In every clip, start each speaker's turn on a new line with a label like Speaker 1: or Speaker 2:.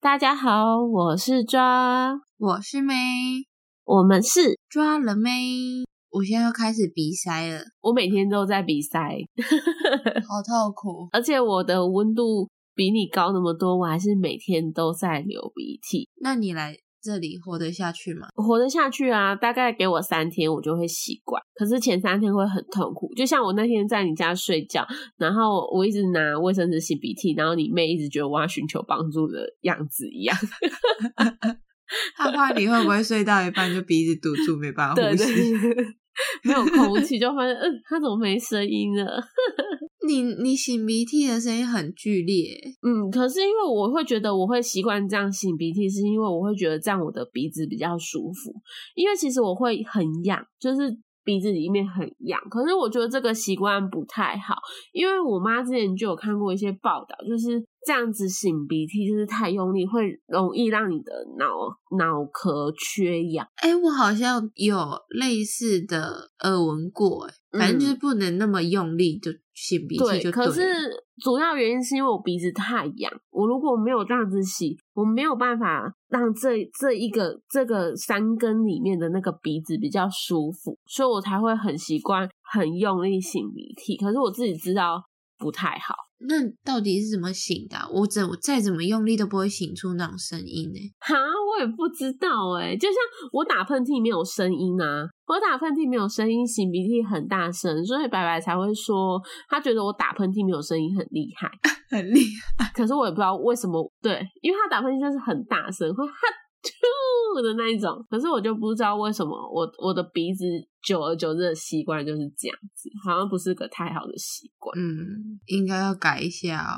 Speaker 1: 大家好，我是抓，
Speaker 2: 我是妹，
Speaker 1: 我们是，
Speaker 2: 抓了妹。我现在又开始鼻塞了，
Speaker 1: 我每天都在比赛，
Speaker 2: 好痛苦。
Speaker 1: 而且我的温度比你高那么多，我还是每天都在流鼻涕，
Speaker 2: 那你来这里活得下去吗？
Speaker 1: 我活得下去啊！大概给我三天，我就会习惯。可是前三天会很痛苦，就像我那天在你家睡觉，然后我一直拿卫生纸擤鼻涕，然后你妹一直觉得我要寻求帮助的样子一样。
Speaker 2: 他怕你会不会睡到一半就鼻子堵住，没办法呼
Speaker 1: 对
Speaker 2: 吸？
Speaker 1: 对，对没有空气就发现，嗯，她怎么没声音了？
Speaker 2: 你你擤鼻涕的声音很剧烈，
Speaker 1: 嗯，可是因为我会觉得我会习惯这样擤鼻涕，是因为我会觉得这样我的鼻子比较舒服。因为其实我会很痒，就是鼻子里面很痒。可是我觉得这个习惯不太好，因为我妈之前就有看过一些报道，就是这样子擤鼻涕就是太用力，会容易让你的脑脑壳缺氧。
Speaker 2: 哎、我好像有类似的耳闻过、哎，反正就是不能那么用力就擤鼻涕就
Speaker 1: 嗯可
Speaker 2: 了
Speaker 1: 是主要原因是因为我鼻子太痒，我如果没有这样子洗，我没有办法让这这一个这个三根里面的那个鼻子比较舒服，所以我才会很习惯很用力擤鼻涕。可是我自己知道不太好，
Speaker 2: 那到底是怎么擤的啊、我怎我再怎么用力都不会擤出那种声音呢、
Speaker 1: 哈，我也不知道哎、就像我打喷嚏没有声音啊，我打喷嚏没有声音，擤鼻涕很大声，所以白白才会说他觉得我打喷嚏没有声音 很厉害。
Speaker 2: 很厉害。
Speaker 1: 可是我也不知道为什么，对，因为他打喷嚏就是很大声，会哈啾的那一种。可是我就不知道为什么我我的鼻子久而久之的习惯就是这样子，好像不是个太好的习惯。
Speaker 2: 嗯，应该要改一下哦。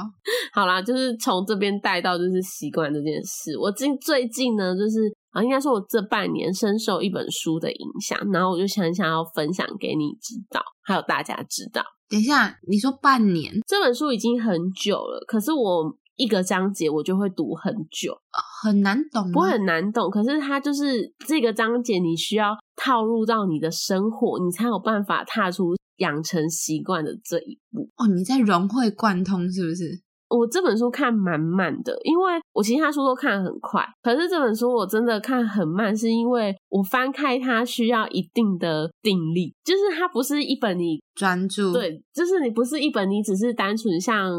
Speaker 1: 好啦，就是从这边带到就是习惯这件事。我近最近呢，就是啊，应该说我这半年深受一本书的影响，然后我就想想要分享给你知道，还有大家知道。
Speaker 2: 等一下，你说半年
Speaker 1: 这本书已经很久了，可是我一个章节我就会读很久。
Speaker 2: 很难懂吗，
Speaker 1: 不会很难懂，可是它就是这个章节，你需要套入到你的生活，你才有办法踏出养成习惯的这一步。
Speaker 2: 哦，你在融会贯通是不是？
Speaker 1: 我这本书看蛮慢的，因为我其他书都看很快，可是这本书我真的看很慢，是因为我翻开它需要一定的定力，就是它不是一本你
Speaker 2: 专注，，
Speaker 1: 对，就是你不是一本，你只是单纯像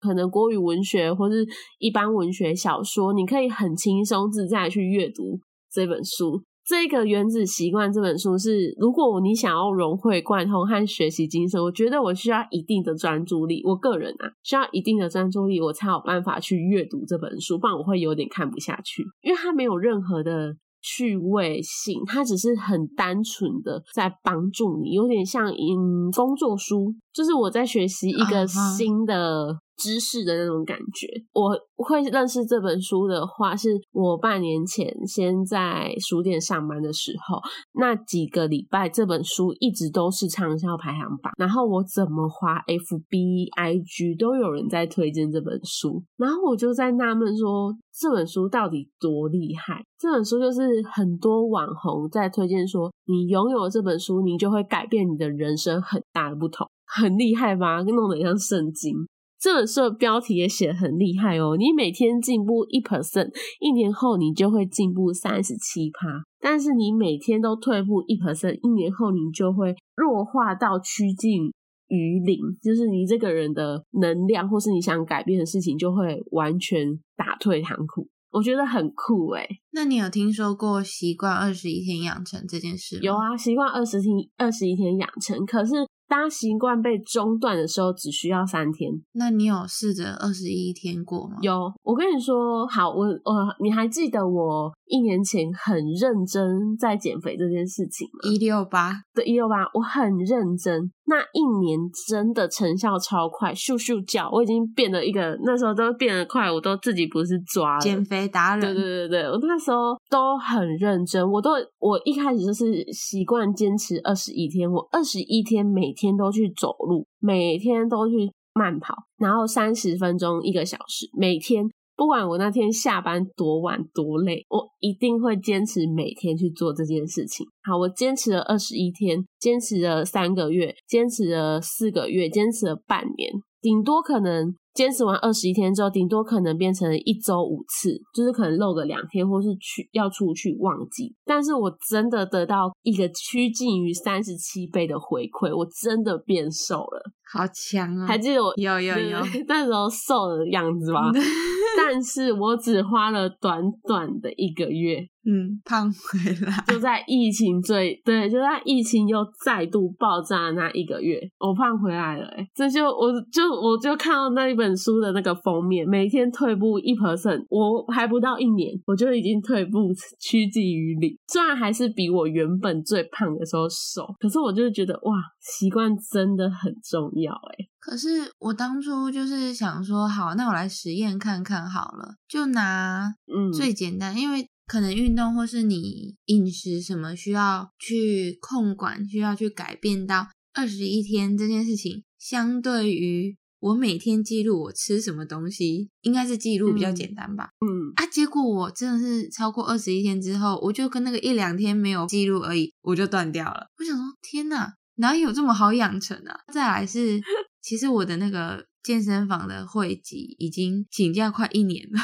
Speaker 1: 可能国语文学或是一般文学小说，你可以很轻松自在地去阅读这本书。这个《原子习惯》这本书是，如果你想要融会贯通和学习精神，我觉得我需要一定的专注力。我个人啊，需要一定的专注力，我才有办法去阅读这本书，不然我会有点看不下去，因为它没有任何的趣味性，它只是很单纯的在帮助你，有点像嗯工作书，就是我在学习一个
Speaker 2: 嗯哼
Speaker 1: 新的知识的那种感觉。我会认识这本书的话，是我半年前先在书店上班的时候，那几个礼拜这本书一直都是畅销排行榜，然后我怎么滑 FB、IG 都有人在推荐这本书，然后我就在纳闷说这本书到底多厉害？这本书就是很多网红在推荐说，你拥有这本书，你就会改变你的人生很大的不同，很厉害吧？弄得很像圣经。这本书的标题也写得很厉害哦，你每天进步一 percent，一年后你就会进步三十七趴，但是你每天都退步一 percent，一年后你就会弱化到趋近于零，就是你这个人的能量或是你想改变的事情就会完全打退堂鼓。我觉得很酷欸诶、
Speaker 2: 那你有听说过习惯二十一天养成这件事吗？
Speaker 1: 有，啊，习惯二十天二十一天养成，可是当习惯被中断的时候，只需要三天。
Speaker 2: 那你有试着二十一天过吗？，
Speaker 1: 有，我跟你说，好，我我你还记得我一年前很认真在减肥这件事情吗？
Speaker 2: 一六八，
Speaker 1: 对，一六八，我很认真，那一年真的成效超快，咻咻叫，我已经变得一个，那时候都变得快，我都自己不是抓了。
Speaker 2: 减肥达
Speaker 1: 对
Speaker 2: 人，
Speaker 1: 对对对，我那时候都很认真，我都我一开始就是习惯坚持二十一天，我二十一天每天都去走路，每天都去慢跑，然后三十分钟一个小时，每天。不管我那天下班多晚多累，我一定会坚持每天去做这件事情。好，我坚持了二十一天，坚持了三个月，坚持了四个月，坚持了半年，顶多可能坚持完二十一天之后，顶多可能变成一周五次，就是可能漏个两天，或是去要出去忘记。但是我真的得到一个趋近于三十七倍的回馈，我真的变瘦了。
Speaker 2: 好强啊！
Speaker 1: 还记得我
Speaker 2: 有有
Speaker 1: 对
Speaker 2: 有，
Speaker 1: 那时候瘦的样子 吗？ 但是我只花了短短的一个月，
Speaker 2: 嗯，胖回来，
Speaker 1: 就在疫情最对，就在疫情又再度爆炸的那一个月，我胖回来了、欸。这就我就我就看到那一本书的那个封面，每天退步一 percent，我还不到一年，我就已经退步趋近于零。虽然还是比我原本最胖的时候瘦，可是我就觉得哇，习惯真的很重要哎、欸。
Speaker 2: 可是我当初就是想说，好，那我来实验看看好了，就拿
Speaker 1: 嗯，
Speaker 2: 最简单，因为可能运动或是你饮食什么需要去控管，需要去改变到二十一天这件事情，相对于我每天记录我吃什么东西，应该是记录比较
Speaker 1: 嗯
Speaker 2: 简单吧。
Speaker 1: 嗯
Speaker 2: 啊，结果我真的是超过二十一天之后，我就跟那个一两天没有记录而已，我就断掉了。我想说，天哪，哪有这么好养成啊？再来是，其实我的那个健身房的会籍已经请假快一年了。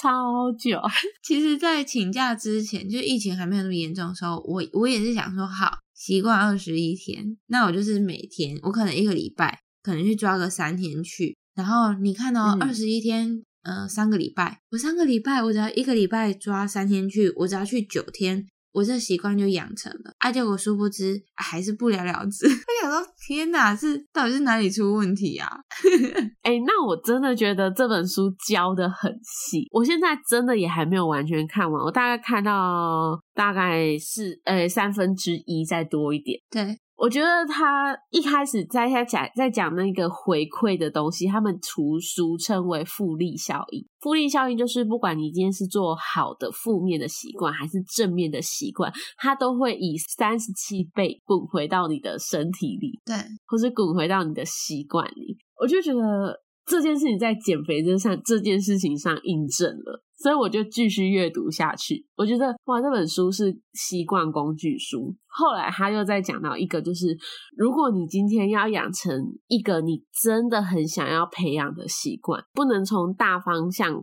Speaker 1: 超久，
Speaker 2: 其实，在请假之前，就疫情还没有那么严重的时候，我我也是想说，好，习惯二十一天，那我就是每天，我可能一个礼拜可能去抓个三天去，然后你看哦，
Speaker 1: 嗯
Speaker 2: 二十一天，呃，三个礼拜，我三个礼拜，我只要一个礼拜抓三天去，我只要去九天。我这习惯就养成了，啊，结果殊不知、啊还是不了了之。 我想说，天哪，是到底是哪里出问题啊？
Speaker 1: 哎、那我真的觉得这本书教的很细，我现在真的也还没有完全看完，我大概看到大概是呃三分之一再多一点。
Speaker 2: 对，
Speaker 1: 我觉得他一开始在他讲在讲那个回馈的东西，他们图俗称为复利效应。复利效应就是不管你今天是做好的负面的习惯，还是正面的习惯，它都会以三十七倍滚回到你的身体里。
Speaker 2: 对，
Speaker 1: 或是滚回到你的习惯里。我就觉得这件事情在减肥这上这件事情上印证了，所以我就继续阅读下去。我觉得哇，这本书是习惯工具书。后来他又在讲到一个，就是如果你今天要养成一个你真的很想要培养的习惯，不能从大方向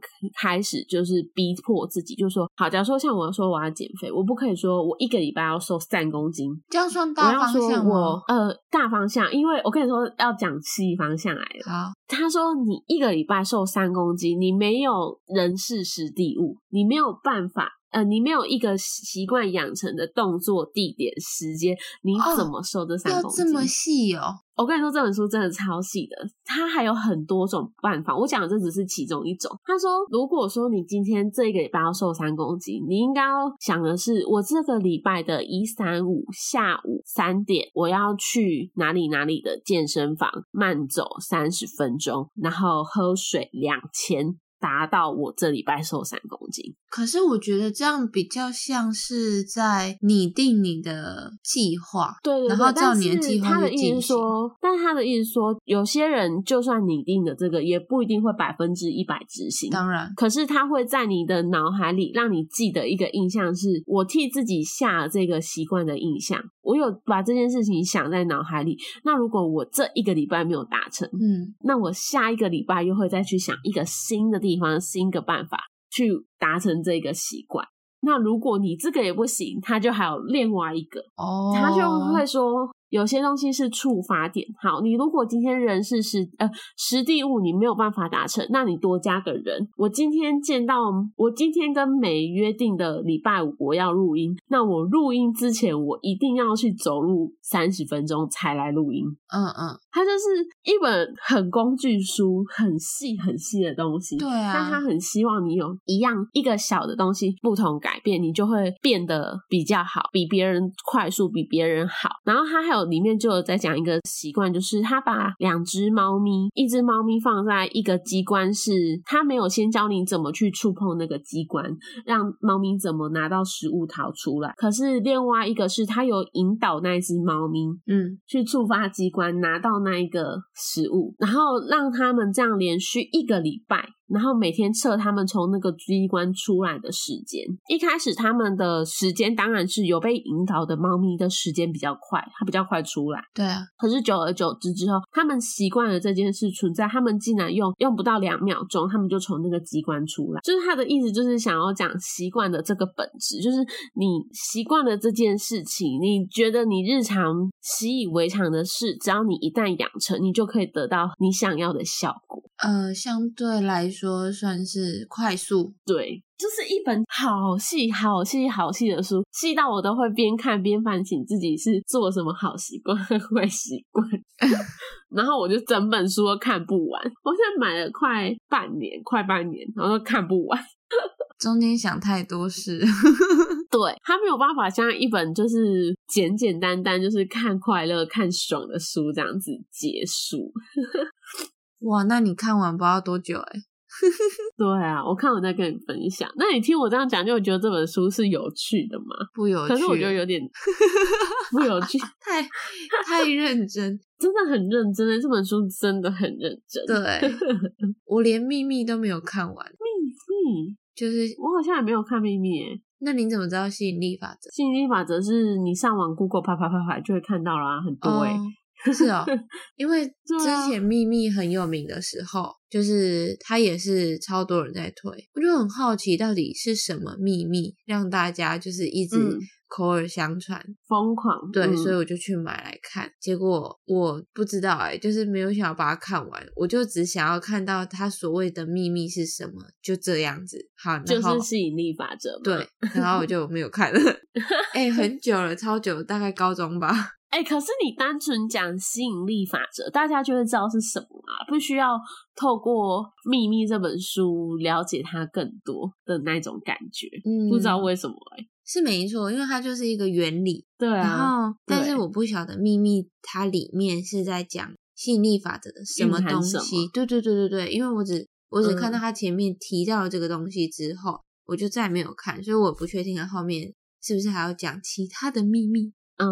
Speaker 1: 开始，就是逼迫自己，就说好，假如说像我说我要减肥，我不可以说我一个礼拜要瘦三公斤，
Speaker 2: 这样算
Speaker 1: 我
Speaker 2: 大
Speaker 1: 要
Speaker 2: 方
Speaker 1: 说
Speaker 2: 向
Speaker 1: 我
Speaker 2: 吗？
Speaker 1: 呃大方向，因为我跟你说要讲西方向来了。
Speaker 2: 好，
Speaker 1: 他说你一个礼拜瘦三公斤，你没有人事实地物，你没有办法。呃，你没有一个习惯养成的动作、地点、时间，你
Speaker 2: 哦
Speaker 1: 怎么瘦这三
Speaker 2: 要
Speaker 1: 公斤？
Speaker 2: 这么细哦。
Speaker 1: 我跟你说，这本书真的超细的，它还有很多种办法。我讲的这只是其中一种。他说，如果说你今天这个礼拜要瘦三公斤，你应该要想的是，我这个礼拜的一三五下午三点，我要去哪里哪里的健身房慢走三十分钟，然后喝水两千，达到我这礼拜瘦三公斤。
Speaker 2: 可是我觉得这样比较像是在拟定你的计划，
Speaker 1: 对对对，
Speaker 2: 然后照
Speaker 1: 但
Speaker 2: 你的
Speaker 1: 是
Speaker 2: 计划
Speaker 1: 他的
Speaker 2: 去
Speaker 1: 意思
Speaker 2: 进
Speaker 1: 是说，但他的意思是说，有些人就算拟定的这个，也不一定会百分之一百执行。
Speaker 2: 当然，
Speaker 1: 可是它会在你的脑海里让你记得一个印象是，我替自己下了这个习惯的印象，我有把这件事情想在脑海里。那如果我这一个礼拜没有达成，
Speaker 2: 嗯，
Speaker 1: 那我下一个礼拜又会再去想一个新的地方、新的办法去达成这个习惯。那如果你这个也不行，它就还有另外一个，
Speaker 2: 哦，
Speaker 1: 他就会说有些东西是触发点。好，你如果今天人是实呃实地物，你没有办法达成，那你多加个人。我今天见到我今天跟美约定的礼拜五我要录音，那我录音之前我一定要去走路三十分钟才来录音。
Speaker 2: 嗯嗯，
Speaker 1: 它就是一本很工具书，很细很细的东西。
Speaker 2: 对
Speaker 1: 但他
Speaker 2: 啊，
Speaker 1: 很希望你有一样一个小的东西不同改变，你就会变得比较好，比别人快速，比别人好。然后他还有教里面就有在讲一个习惯，就是他把两只猫咪，一只猫咪放在一个机关是，他没有先教你怎么去触碰那个机关，让猫咪怎么拿到食物逃出来。可是另外一个是他有引导那一只猫咪
Speaker 2: 嗯，
Speaker 1: 去触发机关拿到那一个食物，然后让他们这样连续一个礼拜，然后每天测他们从那个机关出来的时间。一开始他们的时间当然是有被引导的猫咪的时间比较快，它比较快出来。
Speaker 2: 对啊，
Speaker 1: 可是久而久之之后，他们习惯了这件事存在，他们竟然用用不到两秒钟，他们就从那个机关出来。就是他的意思，就是想要讲习惯的这个本质，就是你习惯了这件事情，你觉得你日常习以为常的事，只要你一旦养成，你就可以得到你想要的效果。
Speaker 2: 呃，相对来说算是快速，
Speaker 1: 对，就是一本好细、好细、好细的书，细到我都会边看边反省自己是做什么好习惯和坏习惯， 然后我就整本书都看不完。我现在买了快半年，快半年，然后都看不完。
Speaker 2: 中间想太多事。
Speaker 1: 对，它没有办法像一本就是简简单单就是看快乐、看爽的书这样子结束。
Speaker 2: 哇，那你看完不知道多久哎、
Speaker 1: 对啊，我看我在跟你分享，那你听我这样讲，就有觉得这本书是有趣的吗？
Speaker 2: 不有趣。
Speaker 1: 可是我觉得有点不有趣。
Speaker 2: 太太认真，
Speaker 1: 真的很认真欸的，这本书真的很认真。
Speaker 2: 对我连秘密都没有看完，
Speaker 1: 嗯，
Speaker 2: 就是
Speaker 1: 我好像也没有看秘密耶。
Speaker 2: 那你怎么知道吸引力法则？
Speaker 1: 吸引力法则是你上网 Google 啪啪啪啪就会看到啦，很多哎、
Speaker 2: 哦是哦，因为之
Speaker 1: 对啊
Speaker 2: 前秘密很有名的时候，就是它也是超多人在推，我就很好奇到底是什么秘密让大家就是一直
Speaker 1: 嗯
Speaker 2: 口耳相传，
Speaker 1: 疯狂。
Speaker 2: 对，
Speaker 1: 嗯
Speaker 2: 所以我就去买来看，结果我不知道哎、就是没有想要把它看完，我就只想要看到它所谓的秘密是什么，就这样子。好，然
Speaker 1: 就
Speaker 2: 后
Speaker 1: 是吸引力法则嘛。
Speaker 2: 对，然后我就没有 看了。哎、很久了，超久，大概高中吧。
Speaker 1: 哎、可是你单纯讲吸引力法则，大家就会知道是什么啊，不需要透过《秘密》这本书了解它更多的那种感觉。
Speaker 2: 嗯，
Speaker 1: 不知道为什么哎、
Speaker 2: 是没错，因为它就是一个原理。
Speaker 1: 对啊，
Speaker 2: 然后，但是
Speaker 1: 对
Speaker 2: 我不晓得秘密它里面是在讲吸引力法则的什么
Speaker 1: 蕴含
Speaker 2: 东
Speaker 1: 什么
Speaker 2: 西。对对对对对，因为我只我只看
Speaker 1: 嗯
Speaker 2: 到它前面提到了这个东西之后，我就再也没有看，所以我不确定它后面是不是还要讲其他的秘密。
Speaker 1: 嗯，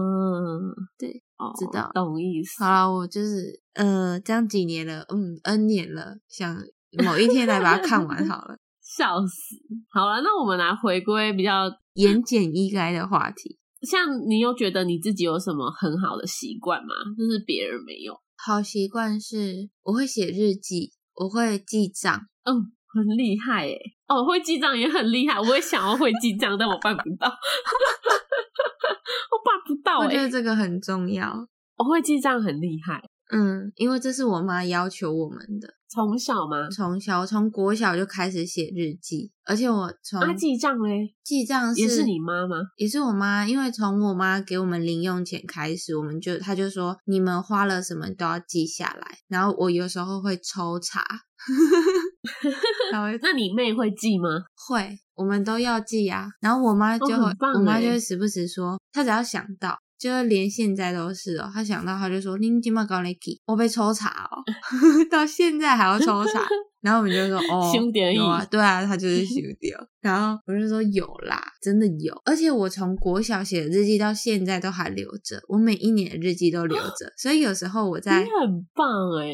Speaker 2: 对，
Speaker 1: 哦，
Speaker 2: 知道
Speaker 1: 懂意思。
Speaker 2: 好啦，我就是呃，这样几年了，嗯，N 年了， 想某一天来把它看完好了。
Speaker 1: 笑死！好了，那我们来回归比较，
Speaker 2: 言简意赅的话题，
Speaker 1: 像你有觉得你自己有什么很好的习惯吗？就是别人没有，
Speaker 2: 好习惯是我会写日记，我会记账。
Speaker 1: 嗯，很厉害诶、哦，会记账也很厉害，我也想要会记账，但我办不到， 我办不到
Speaker 2: 我
Speaker 1: 诶、
Speaker 2: 觉得这个很重要。
Speaker 1: 我会记账很厉害，
Speaker 2: 嗯，因为这是我妈要求我们的。
Speaker 1: 从小吗？
Speaker 2: 从小，从国小就开始写日记，而且我从
Speaker 1: 啊，记账嘞，
Speaker 2: 记账
Speaker 1: 也是你妈吗？
Speaker 2: 也是我妈，因为从我妈给我们零用钱开始，我们就她就说你们花了什么都要记下来。然后我有时候会抽 查， 她会
Speaker 1: 那你妹会记吗？
Speaker 2: 会，我们都要记啊。然后我妈就会，
Speaker 1: 很棒
Speaker 2: 我妈
Speaker 1: 欸
Speaker 2: 就会时不时说，她只要想到，就是连现在都是哦，她想到她就说，你今麦搞来记，我被抽查哦， 到现在还要抽 查。然后我们就说哦，
Speaker 1: 兄弟
Speaker 2: 有啊，对啊，他就是修掉。然后我就说有啦，真的有，而且我从国小写的日记到现在都还留着，我每一年的日记都留
Speaker 1: 哦
Speaker 2: 着，所以有时候我
Speaker 1: 你
Speaker 2: 在
Speaker 1: 很棒 诶、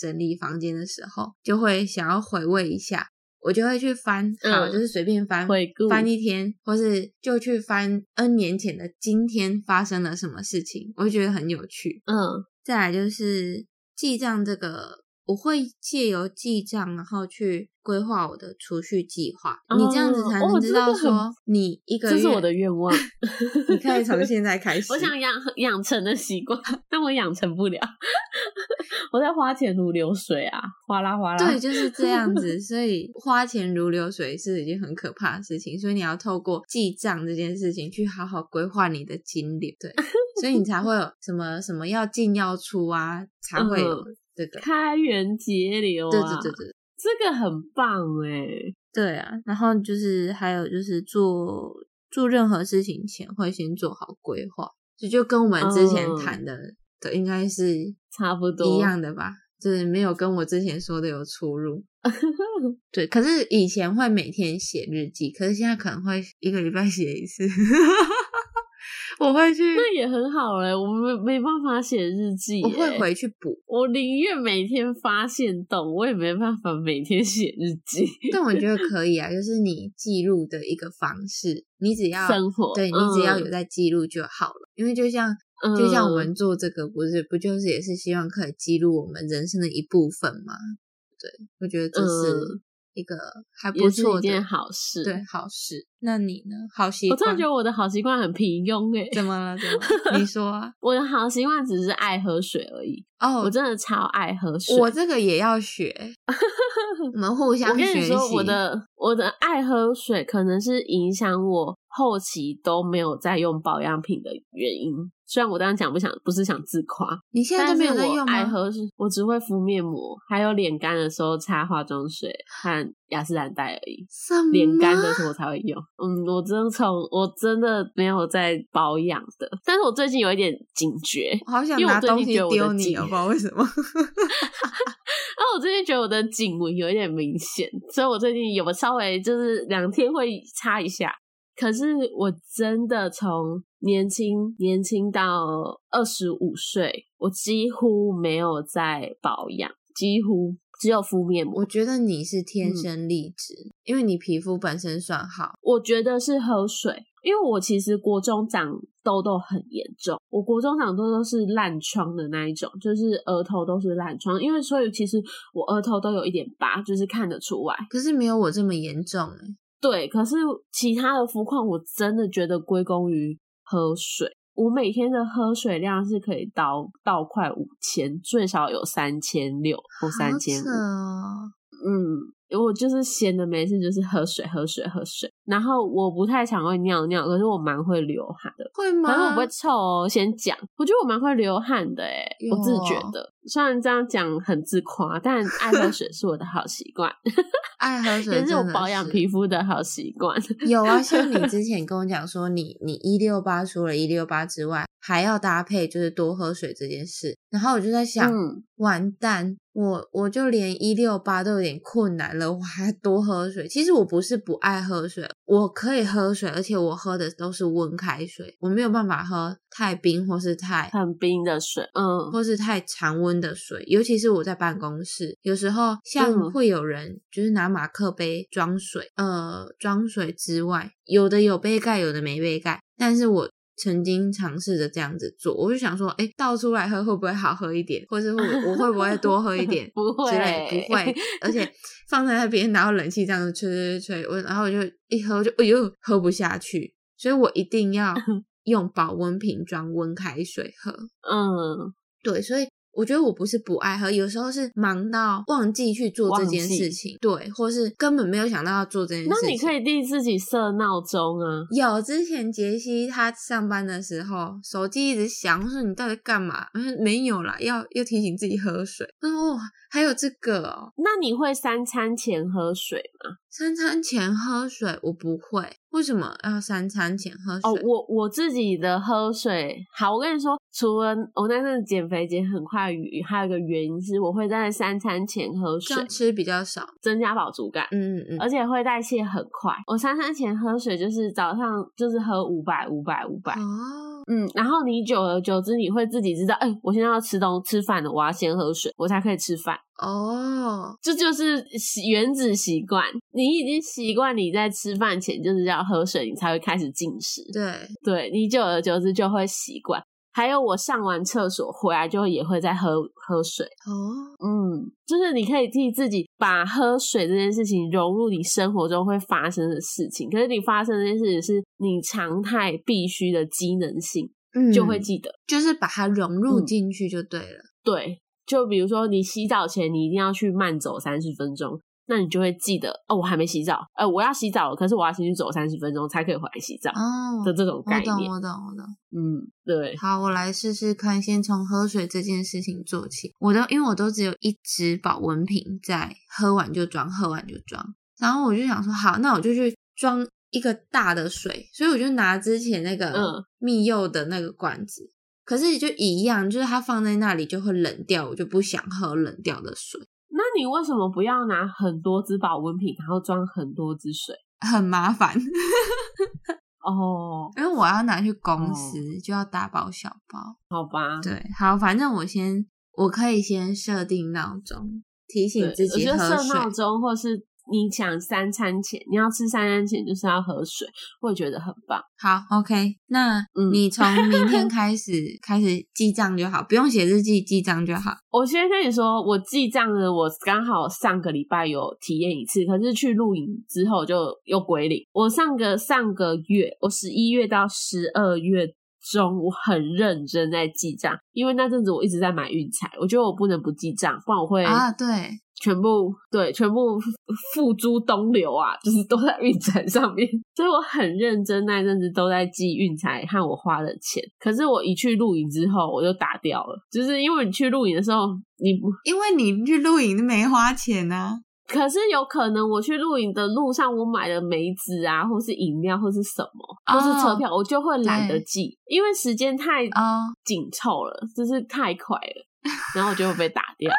Speaker 2: 整理房间的时候，就会想要回味一下，我就会去翻，
Speaker 1: 嗯
Speaker 2: 好，就是随便翻，
Speaker 1: 回顾
Speaker 2: 翻一天，或是就去翻 N 年前的今天发生了什么事情，我就觉得很有趣。
Speaker 1: 嗯
Speaker 2: 再来就是记账这个，我会借由记账，然后去规划我的储蓄计划。你这样子才
Speaker 1: 哦
Speaker 2: 能
Speaker 1: 哦
Speaker 2: 知
Speaker 1: 这个
Speaker 2: 道
Speaker 1: 很
Speaker 2: 说你一个月，
Speaker 1: 这是我的愿望。
Speaker 2: 你可以从现在开始。
Speaker 1: 我想养养成的习惯，但我养成不了。 我在花钱如流水啊，哗啦哗啦。
Speaker 2: 对，就是这样子。所以花钱如流水是一件很可怕的事情，所以你要透过记账这件事情去好好规划你的金流，对，所以你才会有什么什么要进要出啊，才会有这个。
Speaker 1: 开源节流啊，
Speaker 2: 对对对对
Speaker 1: 这个很棒哎。
Speaker 2: 对啊！然后就是还有就是做做任何事情前会先做好规划，这就跟我们之前谈的、的应该是
Speaker 1: 差不多
Speaker 2: 一样的吧，就是没有跟我之前说的有 出入。对，可是以前会每天写日记，可是现在可能会一个礼拜写一次。 我会去，
Speaker 1: 那也很好哎、我没没办法写日记、欸，
Speaker 2: 我会回去补，
Speaker 1: 我宁愿每天发现动，我也没办法每天写日记。
Speaker 2: 但我觉得可以啊，就是你记录的一个方式，你只要
Speaker 1: 生活，
Speaker 2: 对你只要有在记录就好了，因为就像
Speaker 1: 嗯，
Speaker 2: 就像我们做这个，不是不就是也是希望可以记录我们人生的一部分吗？对，我觉得这是
Speaker 1: 嗯
Speaker 2: 一个还
Speaker 1: 也
Speaker 2: 不
Speaker 1: 是
Speaker 2: 错
Speaker 1: 一
Speaker 2: 的，
Speaker 1: 件好事。
Speaker 2: 对，好事。那你呢？好习
Speaker 1: 我真
Speaker 2: 惯
Speaker 1: 的觉得我的好习惯很平庸哎、
Speaker 2: 怎么了？怎么 了？你说啊？
Speaker 1: 我的好习惯只是爱喝水而已，
Speaker 2: 哦，
Speaker 1: 我真的超爱喝水。
Speaker 2: 我这个也要 学，我们互相
Speaker 1: 我跟你
Speaker 2: 学习。
Speaker 1: 说，我的我的爱喝水可能是影响我后期都没有再用保养品的原因。虽然我当然讲不想，不是想自夸，
Speaker 2: 你现在
Speaker 1: 但
Speaker 2: 都
Speaker 1: 是
Speaker 2: 没有在
Speaker 1: 我
Speaker 2: 用
Speaker 1: 爱
Speaker 2: 吗？
Speaker 1: 喝是，我只会敷面膜，还有脸干的时候擦化妆水和雅诗兰黛而已。
Speaker 2: 什么？
Speaker 1: 脸干的时候我才会用，嗯，我真的从我真的没有在保养的，但是我最近有一点警觉，
Speaker 2: 我好想
Speaker 1: 因为我
Speaker 2: 拿
Speaker 1: 最
Speaker 2: 东
Speaker 1: 近
Speaker 2: 西
Speaker 1: 觉得我
Speaker 2: 丢
Speaker 1: 的
Speaker 2: 你，
Speaker 1: 颈
Speaker 2: 哦我不知道为什么。
Speaker 1: 然 哦后我最近觉得我的颈纹有一点明显，所以我最近有稍微就是两天会擦一下。可是我真的从年轻年轻到二十五岁，我几乎没有在保养，几乎只有敷面膜
Speaker 2: 我。觉得你是天
Speaker 1: 嗯
Speaker 2: 生丽质，因为你皮肤本身算好。
Speaker 1: 我觉得是喝水，因为我其实国中长痘痘很严重，我国中长痘痘是烂疮的那一种，就是额头都是烂疮，因为所以其实我额头都有一点疤，就是看得出来。
Speaker 2: 可是没有我这么严重哎、
Speaker 1: 对，可是其他的肤况，我真的觉得归功于喝水。我每天的喝水量是可以到到快五千，最少有三千六或三
Speaker 2: 好
Speaker 1: 千
Speaker 2: 扯
Speaker 1: 五。
Speaker 2: 哦。
Speaker 1: 嗯，我就是闲的没事就是喝水，喝水，喝水。然后我不太常会尿尿，可是我蛮会流汗的。
Speaker 2: 会
Speaker 1: 反正我
Speaker 2: 吗？
Speaker 1: 不会臭哦，先讲。我觉得我蛮会流汗的诶、
Speaker 2: 有
Speaker 1: 我自己觉
Speaker 2: 哦
Speaker 1: 得。虽然这样讲很自夸，但爱喝水是我的好习惯，
Speaker 2: 爱喝水
Speaker 1: 也
Speaker 2: 真
Speaker 1: 是
Speaker 2: 的
Speaker 1: 我保养皮肤的好习惯。
Speaker 2: 有啊，像你之前跟我讲说你，你一六八除了一六八之外，还要搭配就是多喝水这件事。然后我就在想，
Speaker 1: 嗯，
Speaker 2: 完蛋，我我就连一六八都有点困难了，我还多喝水。其实我不是不爱喝水，我可以喝水，而且我喝的都是温开水，我没有办法喝太冰或是太
Speaker 1: 很冰的水，嗯，
Speaker 2: 或是太常温的水，尤其是我在办公室，有时候像
Speaker 1: 嗯
Speaker 2: 会有人就是拿马克杯装水，呃，装水之外，有的有杯盖，有的没杯盖，但是我。曾经尝试着这样子做，我就想说，哎，倒出来喝会不会好喝一点，或是会我会不会多喝一 点
Speaker 1: 不
Speaker 2: 之类，
Speaker 1: 会，
Speaker 2: 不会，而且放在那边，然后冷气这样子吹吹吹，我然后我就一喝就哎呦喝不下去，所以我一 定要用保温瓶装温开水喝。
Speaker 1: 嗯，
Speaker 2: 对，所以我觉得我不是不爱喝，有时候是忙到忘记去做这
Speaker 1: 忘
Speaker 2: 件
Speaker 1: 记
Speaker 2: 事情，对，或是根本没有想到要做这件事情。
Speaker 1: 那你可以替自己设闹钟啊。
Speaker 2: 有之前杰西她上班的时候，手机一直响，我说你到底干嘛？嗯，没有啦，要要提醒自己喝水。我说哇，还有这个哦，
Speaker 1: 那你会三餐前喝水吗？
Speaker 2: 三餐前喝水，我不会，为什么要三餐前喝水？
Speaker 1: 哦，我我自己的喝水，好，我跟你说，除了我那阵子减肥减很快的原因，还有一个原因是我会在三餐前喝
Speaker 2: 这
Speaker 1: 水，
Speaker 2: 样吃比较少。
Speaker 1: 增加饱足感。
Speaker 2: 嗯嗯嗯，
Speaker 1: 而且会代谢很快。我三餐前喝水就是早上就是喝五百五百五百，
Speaker 2: 哦，
Speaker 1: 嗯，然后你久而久之，你会自己知道，哎、我现在要吃东吃饭了，我要先喝水，我才可以吃饭。
Speaker 2: 哦，
Speaker 1: 这就是习原子习惯，你已经习惯你在吃饭前就是要喝水，你才会开始进食。
Speaker 2: 对，
Speaker 1: 对你久而久之就会习惯。还有我上完厕所回来就也会再喝喝水，
Speaker 2: 哦，
Speaker 1: 嗯，就是你可以替自己把喝水这件事情融入你生活中会发生的事情，可是你发生这件事情是你常态必须的机能性，
Speaker 2: 嗯，
Speaker 1: 就会记得。
Speaker 2: 就是把它融入
Speaker 1: 嗯
Speaker 2: 进去就对了。
Speaker 1: 对，就比如说你洗澡前你一定要去慢走三十分钟，那你就会记得哦，我还没洗澡，呃，我要洗澡了，可是我要先去走三十分钟才可以回来洗澡
Speaker 2: 哦，
Speaker 1: 的这种概
Speaker 2: 我懂，
Speaker 1: 念。
Speaker 2: 我懂，我懂。
Speaker 1: 嗯，对，
Speaker 2: 好，我来试试看，先从喝水这件事情做起。我都因为我都只有一支保温瓶在，喝完就装，喝完就装。然后我就想说，好，那我就去装一个大的水，所以我就拿之前那
Speaker 1: 嗯
Speaker 2: 个蜜柚的那个罐子，可是就一样，就是它放在那里就会冷掉，我就不想喝冷掉的水，
Speaker 1: 那你为什么不要拿很多支保温瓶，然后装很多支水？
Speaker 2: 很麻烦，
Speaker 1: 哦，
Speaker 2: 因为我要拿去公司，就要大包小包。
Speaker 1: 好吧，
Speaker 2: 对，好，反正我先，我可以先设定闹钟提
Speaker 1: 对，
Speaker 2: 醒自
Speaker 1: 我
Speaker 2: 己
Speaker 1: 觉
Speaker 2: 喝
Speaker 1: 得设
Speaker 2: 水
Speaker 1: 闹。钟，或是你想三餐前，你要吃三餐前就是要喝水，会觉得很棒。
Speaker 2: 好，OK，那
Speaker 1: 嗯
Speaker 2: 你从明 天开始开始记账就好，不用写日记，记账就好。
Speaker 1: 我先跟你说，我记账呢，我刚好上个礼拜有体验一次，可是去露营之后就又归零。我上个上个月，我十一月到十二月中，我很认真在记账，因为那阵子我一直在买运彩，我觉得我不能不记账，不然我会
Speaker 2: 啊，对，
Speaker 1: 全部对，全部付付诸东流啊，就是都在运彩上面， 所以我很认真那一阵子都在记运彩和我花的钱。可是我一去露营之后，我就打掉了，就是因为你去露营的时候，你不，
Speaker 2: 因为你去露营没花钱啊。
Speaker 1: 可是有可能我去露营的路上，我买了梅子啊，或是饮料，或是什么，或是车票，我就会懒得
Speaker 2: 对
Speaker 1: 记，因为时间太
Speaker 2: 哦，
Speaker 1: 紧凑了，就是太快了，然后我就会被打掉。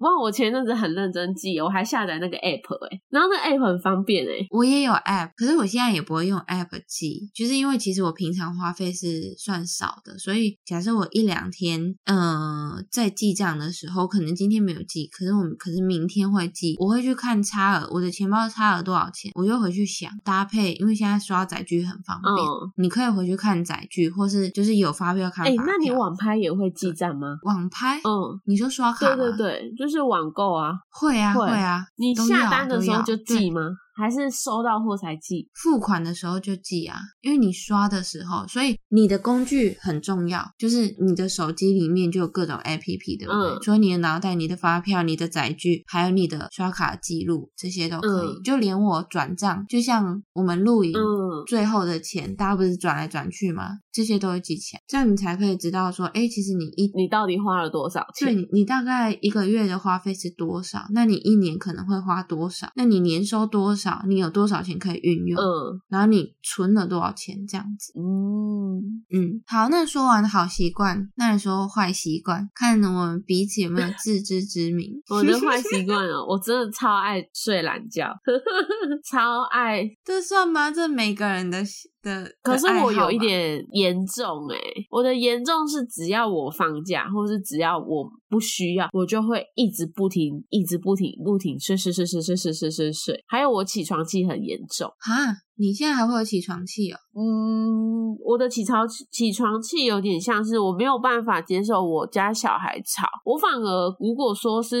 Speaker 1: 哇，我前阵子很认真记，哦我还下载那个 app 哎、然后那个 app 很方便哎、
Speaker 2: 我也有 App，可是我现在也不会用 App 记，就是因为其实我平常花费是算少的，所以假设我一两天，呃，在记账的时候，可能今天没有记，可是我可是明天会记，我会去看差额，我的钱包差额多少钱，我又回去想搭配，因为现在刷载具很方便，
Speaker 1: 嗯，
Speaker 2: 你可以回去看载具，或是就是有发票看
Speaker 1: 哎、
Speaker 2: 发票。
Speaker 1: 那你网拍也会记账吗？
Speaker 2: 网拍，
Speaker 1: 嗯，
Speaker 2: 你说刷卡
Speaker 1: 对对
Speaker 2: 吗？
Speaker 1: 对，就是网购啊，
Speaker 2: 会啊
Speaker 1: 会
Speaker 2: 会啊，
Speaker 1: 你
Speaker 2: 都
Speaker 1: 下
Speaker 2: 要
Speaker 1: 单的
Speaker 2: 都
Speaker 1: 时候
Speaker 2: 要
Speaker 1: 就
Speaker 2: 对
Speaker 1: 记吗？还是收到货才记？
Speaker 2: 付款的时候就记啊，因为你刷的时候，所以你的工具很重要，就是你的手机里面就有各种 APP，对不对？
Speaker 1: 嗯
Speaker 2: 所以你的脑袋、你的发票、你的载具，还有你的刷卡记录，这些都可以。
Speaker 1: 嗯
Speaker 2: 就连我转账，就像我们录影。
Speaker 1: 嗯，
Speaker 2: 最后的钱，大家不是转来转去吗？这些都会记起来，这样你才可以知道说，哎，其实你一
Speaker 1: 你到底花了多少
Speaker 2: 对
Speaker 1: 钱？
Speaker 2: 你，你大概一个月的花费是多少？那你一年可能会花多少？那你年收多少？你有多少钱可以运用？
Speaker 1: 嗯
Speaker 2: 然后你存了多少钱这样子。
Speaker 1: 嗯，。
Speaker 2: 嗯，好，那说完好习惯，那你说坏习惯，看我们彼此有没有自知之明
Speaker 1: 我的 坏习惯哦，我真的超爱睡懒觉， 超爱
Speaker 2: 这算吗？这每个人的的，
Speaker 1: 可是
Speaker 2: 的爱好
Speaker 1: 我有一
Speaker 2: 吧，
Speaker 1: 点严重哎、我的严重是只要我放假，或是只要我不需要，我就会一直不停，一直不停，不停睡睡睡睡睡睡睡睡睡。还有我起床气很严重，
Speaker 2: 哈，你现在还会有起床气哦？
Speaker 1: 嗯，我的起床起床气有点像是我没有办法接受我家小孩吵，我反而如果说是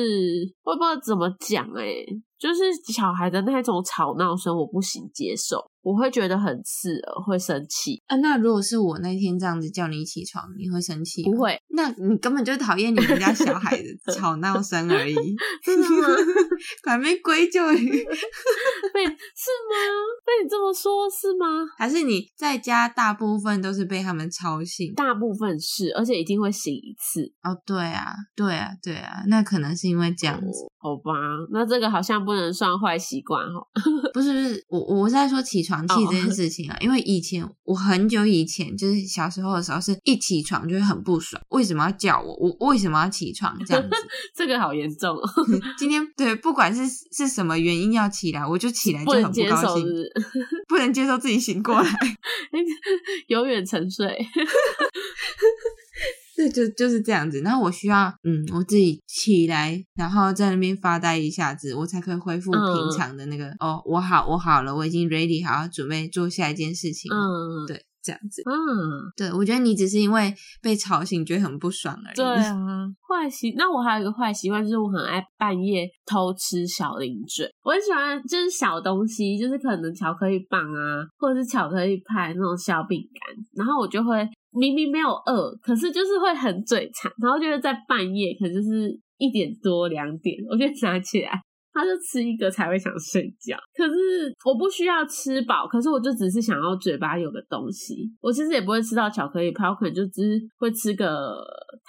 Speaker 1: 我也不知道怎么讲哎、就是小孩的那种吵闹声我不行接受，我会觉得很刺耳，会生气。
Speaker 2: 啊，那如果是我那天这样子叫你起床，你会生气？
Speaker 1: 不，会，
Speaker 2: 那你根本就讨厌你们家小 孩的吵闹声而已。
Speaker 1: 真的 吗？
Speaker 2: 还没归咎于，
Speaker 1: 被是吗？被你这么说，是吗？
Speaker 2: 还是你在家大部分都是被他们吵醒？
Speaker 1: 大部分是，而且一定会醒一次，
Speaker 2: 哦，对啊，对啊，对啊，那可能是因为这样子，
Speaker 1: 好吧？那这个好像不能算坏习惯哦哈。
Speaker 2: 不是不是，我我是在说起床气
Speaker 1: 哦
Speaker 2: 这件事情啊，因为以前我很久以前就是小时候的时候，是一起床就会很不爽，为什么要叫我？我我为什么要起床？这样子，
Speaker 1: 这个好严重哦，
Speaker 2: 今天对，不管是是什么原因要起来，我就起来就
Speaker 1: 不
Speaker 2: 很
Speaker 1: 能
Speaker 2: 不
Speaker 1: 接
Speaker 2: 高
Speaker 1: 受
Speaker 2: 兴
Speaker 1: 是不，是，
Speaker 2: 不能接受自己醒过来，
Speaker 1: 永远沉睡。
Speaker 2: 对，就就是这样子。然后我需要，嗯，我自己起来，然后在那边发呆一下子，我才可以恢复
Speaker 1: 嗯
Speaker 2: 平常的那个。哦，我好，我好了，我已经 ready 好，要准备做下一件事情了。
Speaker 1: 嗯，
Speaker 2: 对，这样子。
Speaker 1: 嗯，
Speaker 2: 对，我觉得你只是因为被吵醒，觉得很不爽而已。
Speaker 1: 对啊。 坏习，那我还有一个坏习惯，就是我很爱半夜偷吃小零嘴。我很喜欢就是小东西，就是可能巧克力棒啊，或者是巧克力派那种小饼干，然后我就会明明没有饿，可是就是会很嘴馋，然后就会在半夜，可能就是一点多两点，我就拿起来。他就吃一个才会想睡觉，可是我不需要吃饱，可是我就只是想要嘴巴有个东西。我其实也不会吃到巧克力派，我可能就只是会吃个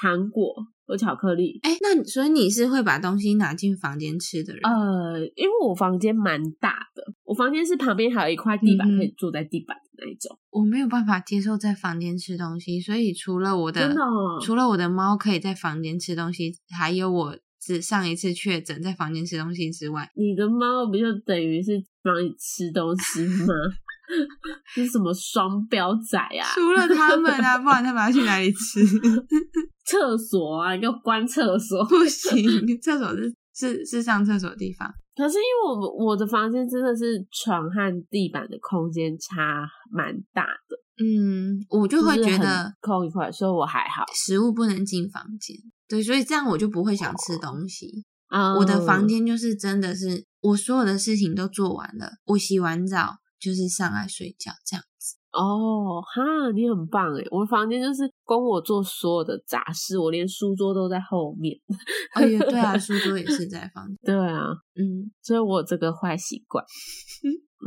Speaker 1: 糖果，有巧克力。
Speaker 2: 哎，那你所以你是会把东西拿进房间吃的人？
Speaker 1: 呃，因为我房间蛮大的，我房间是旁边还有一块地板
Speaker 2: 嗯哼
Speaker 1: 可以坐在地板的那一种，
Speaker 2: 我没有办法接受在房间吃东西，所以除了我的，
Speaker 1: 真的哦
Speaker 2: 除了我的猫可以在房间吃东西，还有我自上一次确诊在房间吃东西之外，
Speaker 1: 你的猫不就等于是帮你吃东西吗？ 这是什么双标仔啊？
Speaker 2: 除了他们啊，不然他们要去哪里吃？
Speaker 1: 厕所啊，你给我关厕所！
Speaker 2: 不行，厕所是是是上厕所的地方。
Speaker 1: 可是因为我们我的房间真的是床和地板的空间差蛮大的，
Speaker 2: 嗯，我就会
Speaker 1: 是
Speaker 2: 觉
Speaker 1: 很
Speaker 2: 得
Speaker 1: 空一块，所以我还好。
Speaker 2: 食物不能进房间，对，所以这样我就不会想吃东西。
Speaker 1: 啊
Speaker 2: 我的房间就是真的是我所有的事情都做完了，我洗完澡就是上来睡觉这样。
Speaker 1: 哦，哈，你很棒哎！我的房间就是供我做所有的杂事，我连书桌都在后面。
Speaker 2: 哎呀，对啊，书桌也是在房间。
Speaker 1: 对啊，
Speaker 2: 嗯，
Speaker 1: 所以我有这个坏习惯。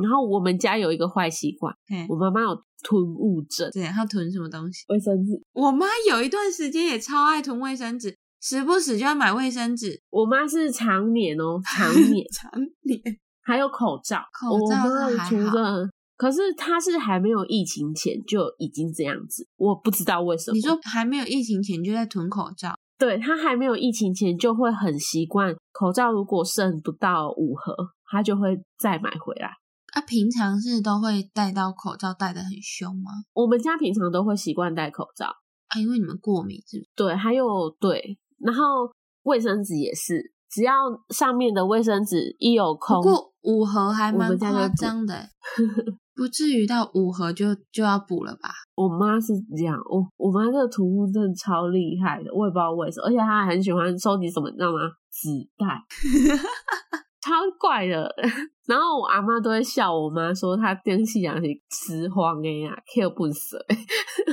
Speaker 1: 然后我们家有一个坏习惯，
Speaker 2: 对
Speaker 1: 我妈妈有吞物症，
Speaker 2: 对，他囤什么东西？
Speaker 1: 卫生纸。
Speaker 2: 我妈有一段时间也超爱囤卫生纸，时不时就要买卫生纸。
Speaker 1: 我妈是常年哦，常 年
Speaker 2: 常年
Speaker 1: 还有口罩，
Speaker 2: 口罩
Speaker 1: 我妈
Speaker 2: 是还
Speaker 1: 除
Speaker 2: 好
Speaker 1: 了。可是她是还没有疫情前就已经这样子，我不知道为什么。
Speaker 2: 你说还没有疫情前就在囤口罩，
Speaker 1: 对他还没有疫情前就会很习惯口罩，如果剩不到五盒，他就会再买回来。
Speaker 2: 啊，平常是都会戴到口罩，戴得很凶吗？
Speaker 1: 我们家平常都会习惯戴口罩，
Speaker 2: 啊，因为你们过敏是不是？
Speaker 1: 对，还有对，然后卫生纸也是，只要上面的卫生纸一有空
Speaker 2: 不，过五盒还
Speaker 1: 我
Speaker 2: 蛮
Speaker 1: 们家在
Speaker 2: 夸
Speaker 1: 补
Speaker 2: 张 的欸，不至于到五盒就就要补了吧？
Speaker 1: 我妈是这样，我我妈这个囤物症超厉害的，我也不知道为什么，而且她还很喜欢收集什么，你知道吗？纸袋，超怪的。 然后我阿妈都会笑我妈说，她跟细讲是拾荒哎呀，Q 不舍。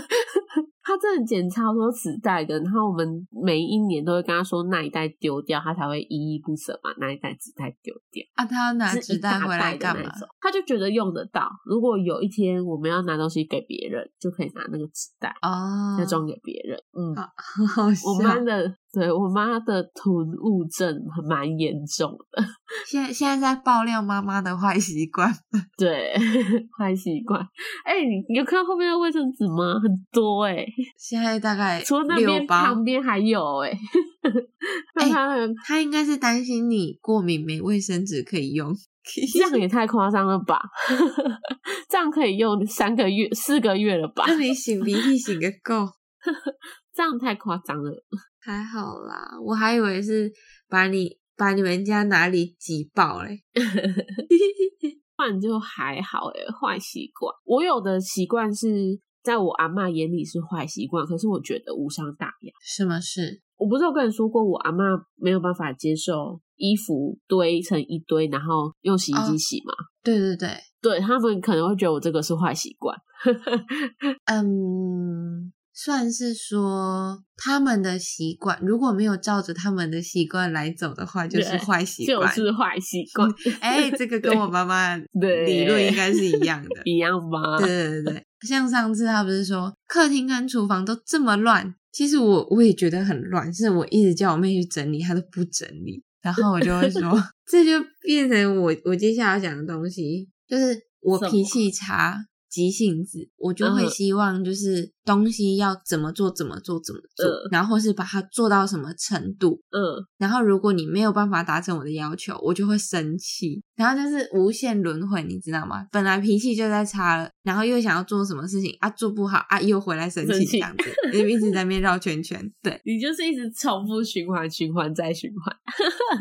Speaker 1: 她真的捡超多纸袋的，然后我们每一年都会跟她说那一袋丢掉，她才会依依不舍把那一袋纸袋丢掉。
Speaker 2: 啊，他要拿
Speaker 1: 是
Speaker 2: 纸
Speaker 1: 一
Speaker 2: 袋
Speaker 1: 大
Speaker 2: 回来
Speaker 1: 袋的
Speaker 2: 干
Speaker 1: 那
Speaker 2: 嘛？
Speaker 1: 种，她就觉得用得到。如果有一天我们要拿东西给别人，就可以拿那个纸袋。
Speaker 2: 哦，
Speaker 1: 再装给别人。嗯，
Speaker 2: 啊好笑
Speaker 1: 我。妈的，对我妈的囤物症蛮严重的，
Speaker 2: 现在现在在爆料妈妈的坏习惯，
Speaker 1: 对，坏习惯。哎、你你有看到后面的卫生纸吗？很多哎、
Speaker 2: 现在大概
Speaker 1: 除了那
Speaker 2: 六
Speaker 1: 边
Speaker 2: 包
Speaker 1: 旁。边还有哎、欸，
Speaker 2: 哎
Speaker 1: 那他们
Speaker 2: 她应该是担心你过敏没卫生纸可以用，
Speaker 1: 这样也太夸张了吧？ 这样可以用三个月、四个月了吧？
Speaker 2: 那你擤鼻涕擤个够，
Speaker 1: 这样太夸张了。
Speaker 2: 还好啦。我还以为是把你把你们家哪里挤爆嘞。
Speaker 1: 换就还好诶、坏习惯。我有的习惯是在我阿嬷眼里是坏习惯，可是我觉得无伤大雅。
Speaker 2: 什么事？
Speaker 1: 我不是有跟你说过，我阿嬷没有办法接受衣服堆成一堆，然后用洗衣
Speaker 2: 啊
Speaker 1: 机洗嘛？
Speaker 2: 对对对，
Speaker 1: 对他们可能会觉得我这个是坏习惯。
Speaker 2: 嗯，算是说他们的习惯，如果没有照着他们的习惯来走的话，就是
Speaker 1: 对
Speaker 2: 坏习
Speaker 1: 就
Speaker 2: 惯。
Speaker 1: 是坏习 惯，
Speaker 2: 哎、这个跟我妈 妈
Speaker 1: 对。
Speaker 2: 理论应该是一样的
Speaker 1: 一样吧？
Speaker 2: 对对对对，像上次他不是说客厅跟厨房都这么乱，其实我我也觉得很乱，是我一直叫我妹去整理，她都不整理，然后我就 会说，这就变成我我接下来要讲的东西，就是我
Speaker 1: 什么
Speaker 2: 脾气差。急性子，我就会
Speaker 1: 嗯
Speaker 2: 希望就是东西要怎么做怎么做怎么做，
Speaker 1: 嗯
Speaker 2: 然后是把它做到什么程度，
Speaker 1: 嗯，
Speaker 2: 然后如果你没有办法达成我的要求，我就会生气，然后就是无限轮回，你知道吗？本来脾气就在差了，然后又想要做什么事情啊，做不好啊，又回来生气
Speaker 1: 生
Speaker 2: 这
Speaker 1: 气
Speaker 2: 样子，因为一直在那边绕圈圈。对
Speaker 1: 你就是一直重复循环、循环再循环。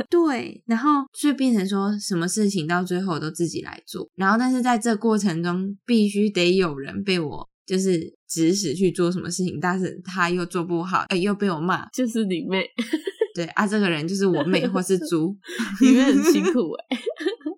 Speaker 2: 对，然后就变成说什么事情到最后都自己来做，然后但是在这过程中必须得有人被我就是指使去做什么事情，但是他又做不好，哎，又被我骂。
Speaker 1: 就是你 妹，
Speaker 2: 对啊，这个人就是我妹或是猪，
Speaker 1: 你妹很辛苦哎、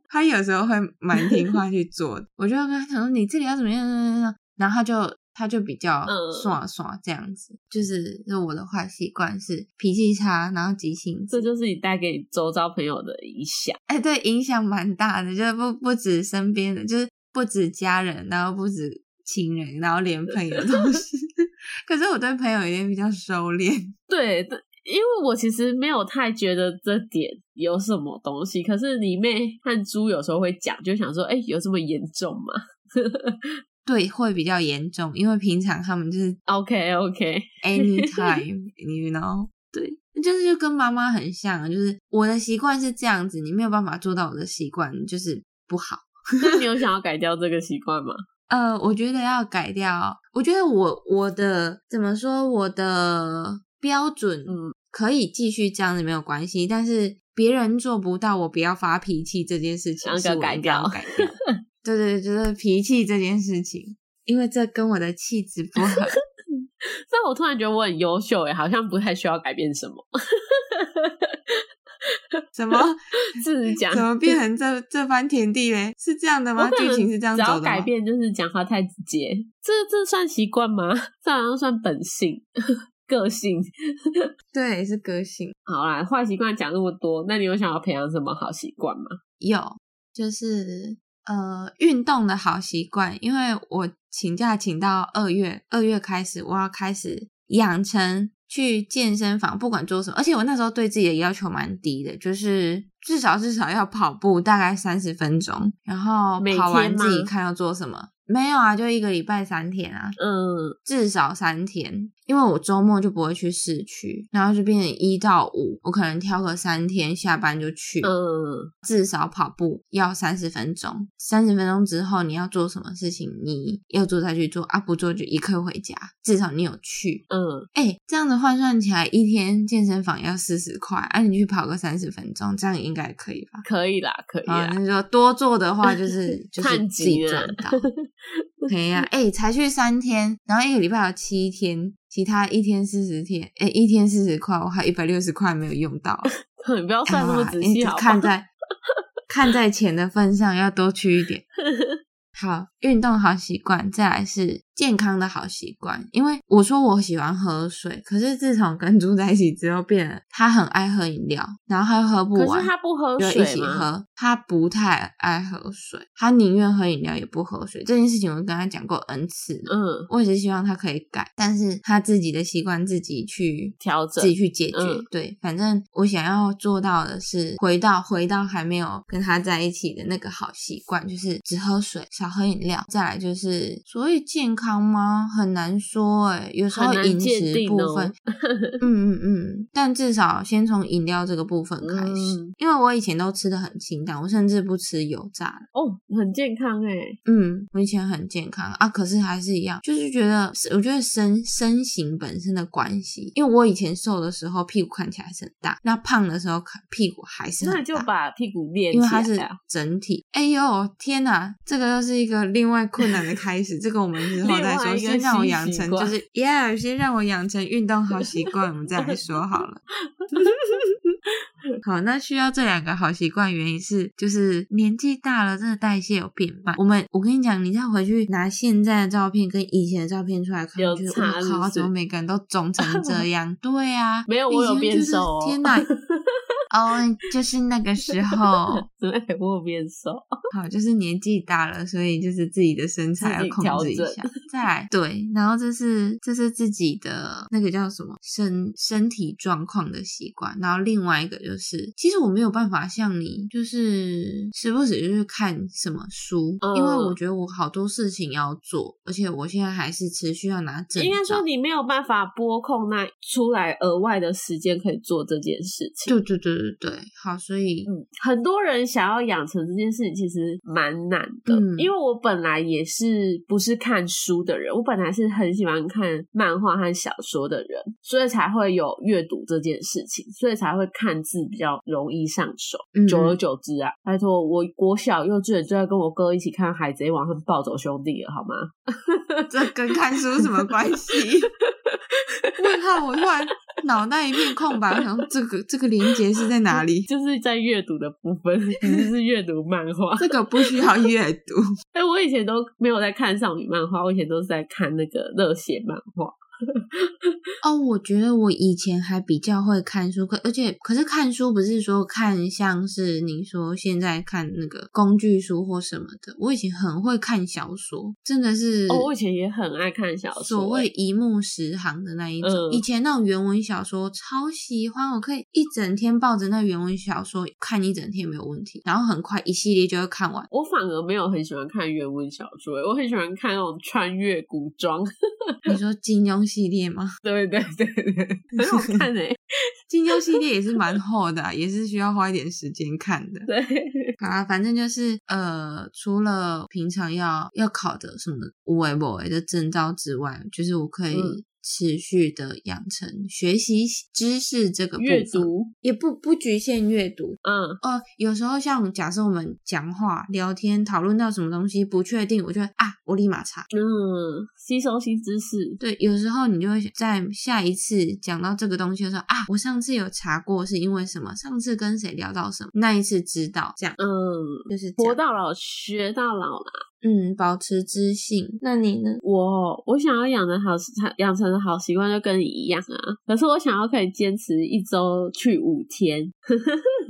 Speaker 2: 他有时候会蛮听话去做的，我就要跟他讲说你这里要怎么样，怎么样怎么样然后他就他就比较
Speaker 1: 嗯
Speaker 2: 耍耍这样子，就是就是我的坏习惯是脾气差，然后急性
Speaker 1: 这
Speaker 2: 子，
Speaker 1: 就是你带给周遭朋友的影响。
Speaker 2: 哎，对，影响蛮大的，就是不不止身边的，就是不止家人，然后不止情 人，然后连朋友都是。可是我对朋友有点比较收敛，
Speaker 1: 对，但因为我其实没有太觉得这点有什么东西，可是你妹和猪有时候会讲，就想说，哎、有这么严重吗
Speaker 2: 对，会比较严重，因为平常他们就是
Speaker 1: ？OK OK，
Speaker 2: anytime，you know，对，就是就跟妈妈很像啊，就是我的习惯是这样子，你没有办法做到我的习惯，就是不好。
Speaker 1: 那你有想要改掉这个习惯吗？
Speaker 2: 呃，我觉得要改掉，我觉得我我的怎么说，我的标准
Speaker 1: 嗯，
Speaker 2: 可以继续这样子没有关系，但是别人做不到，我不要发脾气这件事情
Speaker 1: 要
Speaker 2: 是我
Speaker 1: 改
Speaker 2: 一定要
Speaker 1: 掉
Speaker 2: 改掉。对对对，就是脾气这件事情，因为这跟我的气质不合。
Speaker 1: 但我突然觉得我很优秀诶，好像不太需要改变什么，
Speaker 2: 怎么
Speaker 1: 自己讲
Speaker 2: 怎么变成这这番田地嘞？是这样的
Speaker 1: 我
Speaker 2: 吗？
Speaker 1: 可
Speaker 2: 剧
Speaker 1: 能
Speaker 2: 情是这样
Speaker 1: 只
Speaker 2: 走
Speaker 1: 要
Speaker 2: 的吗
Speaker 1: 改变就是讲话太直接，这这算习惯吗？ 这好像算本性、 个性。
Speaker 2: 对，是个性。
Speaker 1: 好啦，坏习惯讲那么多，那你有想要培养什么好习惯吗？
Speaker 2: 有，就是呃运动的好习惯，因为我请假请到二月，二月开始我要开始养成去健身房，不管做什么，而且我那时候对自己的要求蛮低的，就是至少至少要跑步大概三十分钟，然后
Speaker 1: 每
Speaker 2: 跑完
Speaker 1: 天
Speaker 2: 自己
Speaker 1: 吗
Speaker 2: 看要做什么。没有啊，就一个礼拜三天啊，
Speaker 1: 嗯，
Speaker 2: 至少三天，因为我周末就不会去市区，然后就变成一到五，我可能挑个三天下班就去，
Speaker 1: 嗯，
Speaker 2: 至少跑步要三十分钟，三十分钟之后你要做什么事情，你要做再去做，啊不做就一刻回家。至少你有去，
Speaker 1: 嗯，
Speaker 2: 哎，这样的换算起来，一天健身房要四十块，啊你去跑个三十分钟，这样应该可以吧？
Speaker 1: 可以啦，可以
Speaker 2: 啊，
Speaker 1: 啦。
Speaker 2: 那就说多做的话，就是就是
Speaker 1: 看
Speaker 2: 自己
Speaker 1: 紧啊
Speaker 2: 赚到。 可以啊，哎、才去三天，然后一个礼拜有七天，其他一天四十天，哎、一天四十块，我还有一百六十块没有用 到。
Speaker 1: 你不要算那么
Speaker 2: 啊
Speaker 1: 仔
Speaker 2: 你
Speaker 1: 细好不好
Speaker 2: 看 在看在钱的份上，要多去一点。好，运动好习惯，再来是健康的好习惯。因为我说我喜欢喝水，可是自从跟猪在一起之后，变了他很爱喝饮料，然后他又喝不
Speaker 1: 可
Speaker 2: 完，
Speaker 1: 是他不喝
Speaker 2: 就一
Speaker 1: 水
Speaker 2: 起
Speaker 1: 吗？
Speaker 2: 喝。他不太爱喝水，他宁愿喝饮料也不喝水。这件事情我跟他讲过 n 次，
Speaker 1: 嗯，
Speaker 2: 我也是希望他可以改，但是他自己的习惯自己去
Speaker 1: 调整
Speaker 2: 自己去解决。
Speaker 1: 嗯
Speaker 2: 对，反正我想要做到的是回到回到还没有跟他在一起的那个好习惯，就是只喝水，少喝饮料。再来就是，所以健康吗？很难说诶、有时候
Speaker 1: 很难
Speaker 2: 饮
Speaker 1: 界
Speaker 2: 食
Speaker 1: 定
Speaker 2: 部
Speaker 1: 哦
Speaker 2: 分， 嗯嗯嗯，但至少先从饮料这个部分开始，
Speaker 1: 嗯
Speaker 2: 因为我以前都吃的很清淡，我甚至不吃油炸的。
Speaker 1: 哦，很健康欸诶。
Speaker 2: 嗯，我以前很健康啊，可是还是一样，就是觉得是我觉得身身形本身的关系，因为我以前瘦的时候屁股看起来是很大，那胖的时候看屁股还是
Speaker 1: 那
Speaker 2: 很
Speaker 1: 你就
Speaker 2: 大。
Speaker 1: 把屁股练起
Speaker 2: 因为它
Speaker 1: 来
Speaker 2: 是
Speaker 1: 啊，
Speaker 2: 整体，哎呦天哪，这个又是一个另外困难的开始，这个我们之后再
Speaker 1: 另外
Speaker 2: 说。
Speaker 1: 一个
Speaker 2: 先让我
Speaker 1: 新
Speaker 2: 养
Speaker 1: 习
Speaker 2: 成，就
Speaker 1: 惯
Speaker 2: 是 yeah，先让我养成运动好习惯，我们再来说好 了。好，那需要这两个好习惯，原因是就是年纪大了，真的代谢有变慢。我们，我跟你讲，你再回去拿现在的照片跟以前的照片出来看，
Speaker 1: 有
Speaker 2: 就是我
Speaker 1: 差是不
Speaker 2: 靠，怎么
Speaker 1: 是
Speaker 2: 每个人都肿成 这样？对啊，
Speaker 1: 没有我
Speaker 2: 以
Speaker 1: 有
Speaker 2: 前
Speaker 1: 变
Speaker 2: 就是
Speaker 1: 瘦哦
Speaker 2: 天 哪！哦，就是那个时 候，
Speaker 1: 对，我有变 瘦。
Speaker 2: 好，就是年纪大了，所以就是自己的身材
Speaker 1: 自己
Speaker 2: 要控
Speaker 1: 调
Speaker 2: 制一
Speaker 1: 整
Speaker 2: 下。再来，对，然后这是这是自己的那个叫什么身身体状况的习惯，然后另外一个就是，其实我没有办法像你，就是时不时就是看什么书，因为我
Speaker 1: 嗯
Speaker 2: 觉得我好多事情要做，而且我现在还是持续要拿证照。
Speaker 1: 应该说你没有办法拨空那出来额外的时间可以做这件事情。
Speaker 2: 对对对对对，好，所以
Speaker 1: 嗯，很多人想要养成这件事情，其实蛮难的。
Speaker 2: 嗯
Speaker 1: 因为我本来也是不是看书的人，我本来是很喜欢看漫画和小说的人，所以才会有阅读这件事情，所以才会看字比较容易上手。
Speaker 2: 嗯
Speaker 1: 久而久之啊，拜托，我国小幼稚园就在跟我哥一起看《海贼王》和《暴走兄弟》了，好吗？
Speaker 2: 这跟看书什么关系？ 问号！我突然脑袋一片空白，我想说这个这个连接是在哪里？
Speaker 1: 就是在阅读的部分， 就是阅读漫画。
Speaker 2: 这个不需要阅读。
Speaker 1: 哎，我以前都没有在看少女漫画，我以前都是在看那个热血漫画。
Speaker 2: 哦，我觉得我以前还比较会看书，可而且可是看书不是说看像是你说现在看那个工具书或什么的，我以前很会看小说，真的是
Speaker 1: 哦，我以前也很爱看小说，欸
Speaker 2: 嗯所谓一目十行的那一种，
Speaker 1: 嗯
Speaker 2: 以前那种原文小说超喜欢，我可以一整天抱着那原文小说看一整天没有问题，然后很快一系列就会看完。
Speaker 1: 我反而没有很喜欢看原文小说，欸我很喜欢看那种穿越古装。
Speaker 2: 你说金庸系列吗？
Speaker 1: 对对对对，很好看欸诶、
Speaker 2: 金庸系列也是蛮厚的啊、也是需要花一点时间看的。
Speaker 1: 对，
Speaker 2: 好啦，反正就是呃，除了平常要要考的什么无为不为的证照之外，就是我可以
Speaker 1: 嗯
Speaker 2: 持续的养成学习知识这个部
Speaker 1: 阅
Speaker 2: 分，
Speaker 1: 读，
Speaker 2: 也不不局限阅读。
Speaker 1: 嗯，
Speaker 2: 呃，有时候像假设我们讲话、聊天、讨论到什么东西不确定，我就会啊，我立马查。
Speaker 1: 嗯，吸收新知识，
Speaker 2: 对，有时候你就会在下一次讲到这个东西的时候啊，我上次有查过是因为什么，上次跟谁聊到什么，那一次知道这样，
Speaker 1: 嗯，
Speaker 2: 就是这样
Speaker 1: 活到老学到老啦。
Speaker 2: 嗯，保持知性。那你呢？
Speaker 1: 我我想要养的好习养成的好习惯就跟你一样啊，可是我想要可以坚持一周去五天，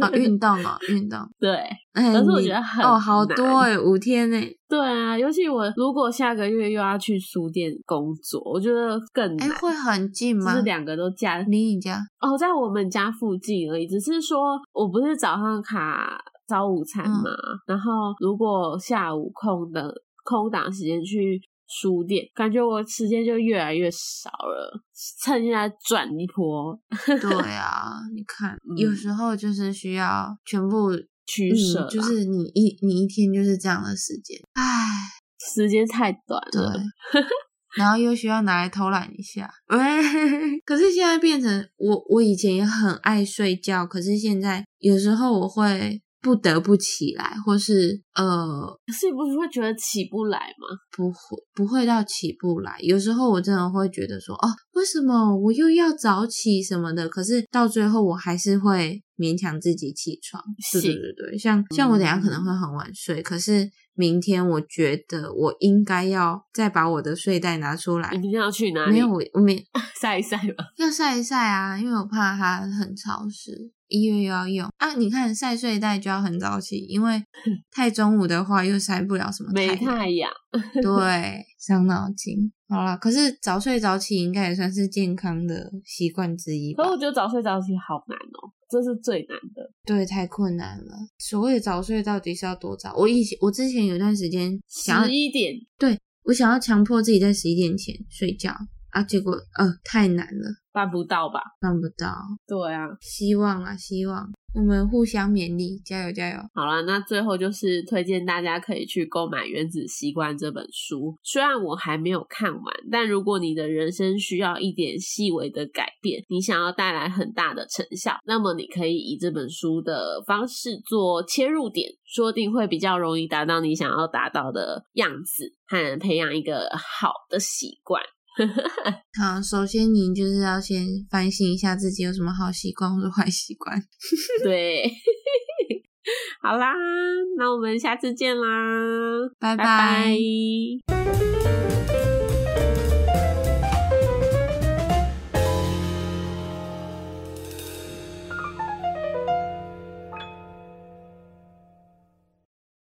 Speaker 2: 啊，运动哦，运动。
Speaker 1: 对
Speaker 2: 哎，
Speaker 1: 可是我
Speaker 2: 你
Speaker 1: 觉得很
Speaker 2: 哦，好
Speaker 1: 难
Speaker 2: 多哎，五天呢。
Speaker 1: 对啊，尤其我如果下个月又要去书店工作，我觉得更
Speaker 2: 哎，
Speaker 1: 难。
Speaker 2: 会很近
Speaker 1: 就
Speaker 2: 吗
Speaker 1: 是？两个都加
Speaker 2: 离你家？
Speaker 1: 哦，在我们家附近而已。只是说我不是早上卡早午
Speaker 2: 嗯
Speaker 1: 餐嘛，然后如果下午空的空档时间去书店，感觉我时间就越来越少了。趁现在赚一波
Speaker 2: 对啊，你看，有
Speaker 1: 嗯
Speaker 2: 时候就是需要全部，
Speaker 1: 取舍啦、
Speaker 2: 嗯，就是你一你一天就是这样的时间，哎，
Speaker 1: 时间太短
Speaker 2: 对
Speaker 1: 了。。
Speaker 2: 然后又需要拿来偷懒一下， 喂。可是现在变成我，我以前也很爱睡觉，可是现在有时候我会不得不起来，或是呃，
Speaker 1: 可是你不是会觉得起不来吗？
Speaker 2: 不会不会到起不来，有时候我真的会觉得说，哦，为什么我又要早起什么的？可是到最后我还是会勉强自己起床。对对
Speaker 1: 醒
Speaker 2: 对对，像像我等一下可
Speaker 1: 嗯
Speaker 2: 能会很晚睡，可是明天我觉得我应该要再把我的睡袋拿出来
Speaker 1: 你。明天要去哪里？
Speaker 2: 没有，我我没
Speaker 1: 晒一晒吧。
Speaker 2: 要晒一晒啊，因为我怕它很潮湿。一月又要用啊，你看晒睡袋就要很早起，因为太中午的话又晒不了什么太
Speaker 1: 没
Speaker 2: 阳。
Speaker 1: 太阳，
Speaker 2: 对，伤脑筋。好啦，可是早睡早起应该也算是健康的习惯之一吧
Speaker 1: 可？是我觉得早睡早起好难哦，这是最难的。
Speaker 2: 对，太困难了。所谓的早睡到底是要多早？我以前我之前有段时间想
Speaker 1: 十
Speaker 2: 要，
Speaker 1: 一点
Speaker 2: 我想要强迫自己在十一点前睡觉啊，结果呃太难了，
Speaker 1: 办不到吧？
Speaker 2: 办不到。
Speaker 1: 对啊，
Speaker 2: 希望啊，希望我们互相勉励，加油加油！
Speaker 1: 好了，那最后就是推荐大家可以去购买《原子习惯》这本书。虽然我还没有看完，但如果你的人生需要一点细微的改变，你想要带来很大的成效，那么你可以以这本书的方式做切入点，说不定会比较容易达到你想要达到的样子，和培养一个好的习惯。
Speaker 2: 好，首先你就是要先反省一下自己有什么好习惯或者坏习惯。
Speaker 1: 对， 好啦，那我们下次见啦，
Speaker 2: 拜
Speaker 1: 拜拜
Speaker 2: 拜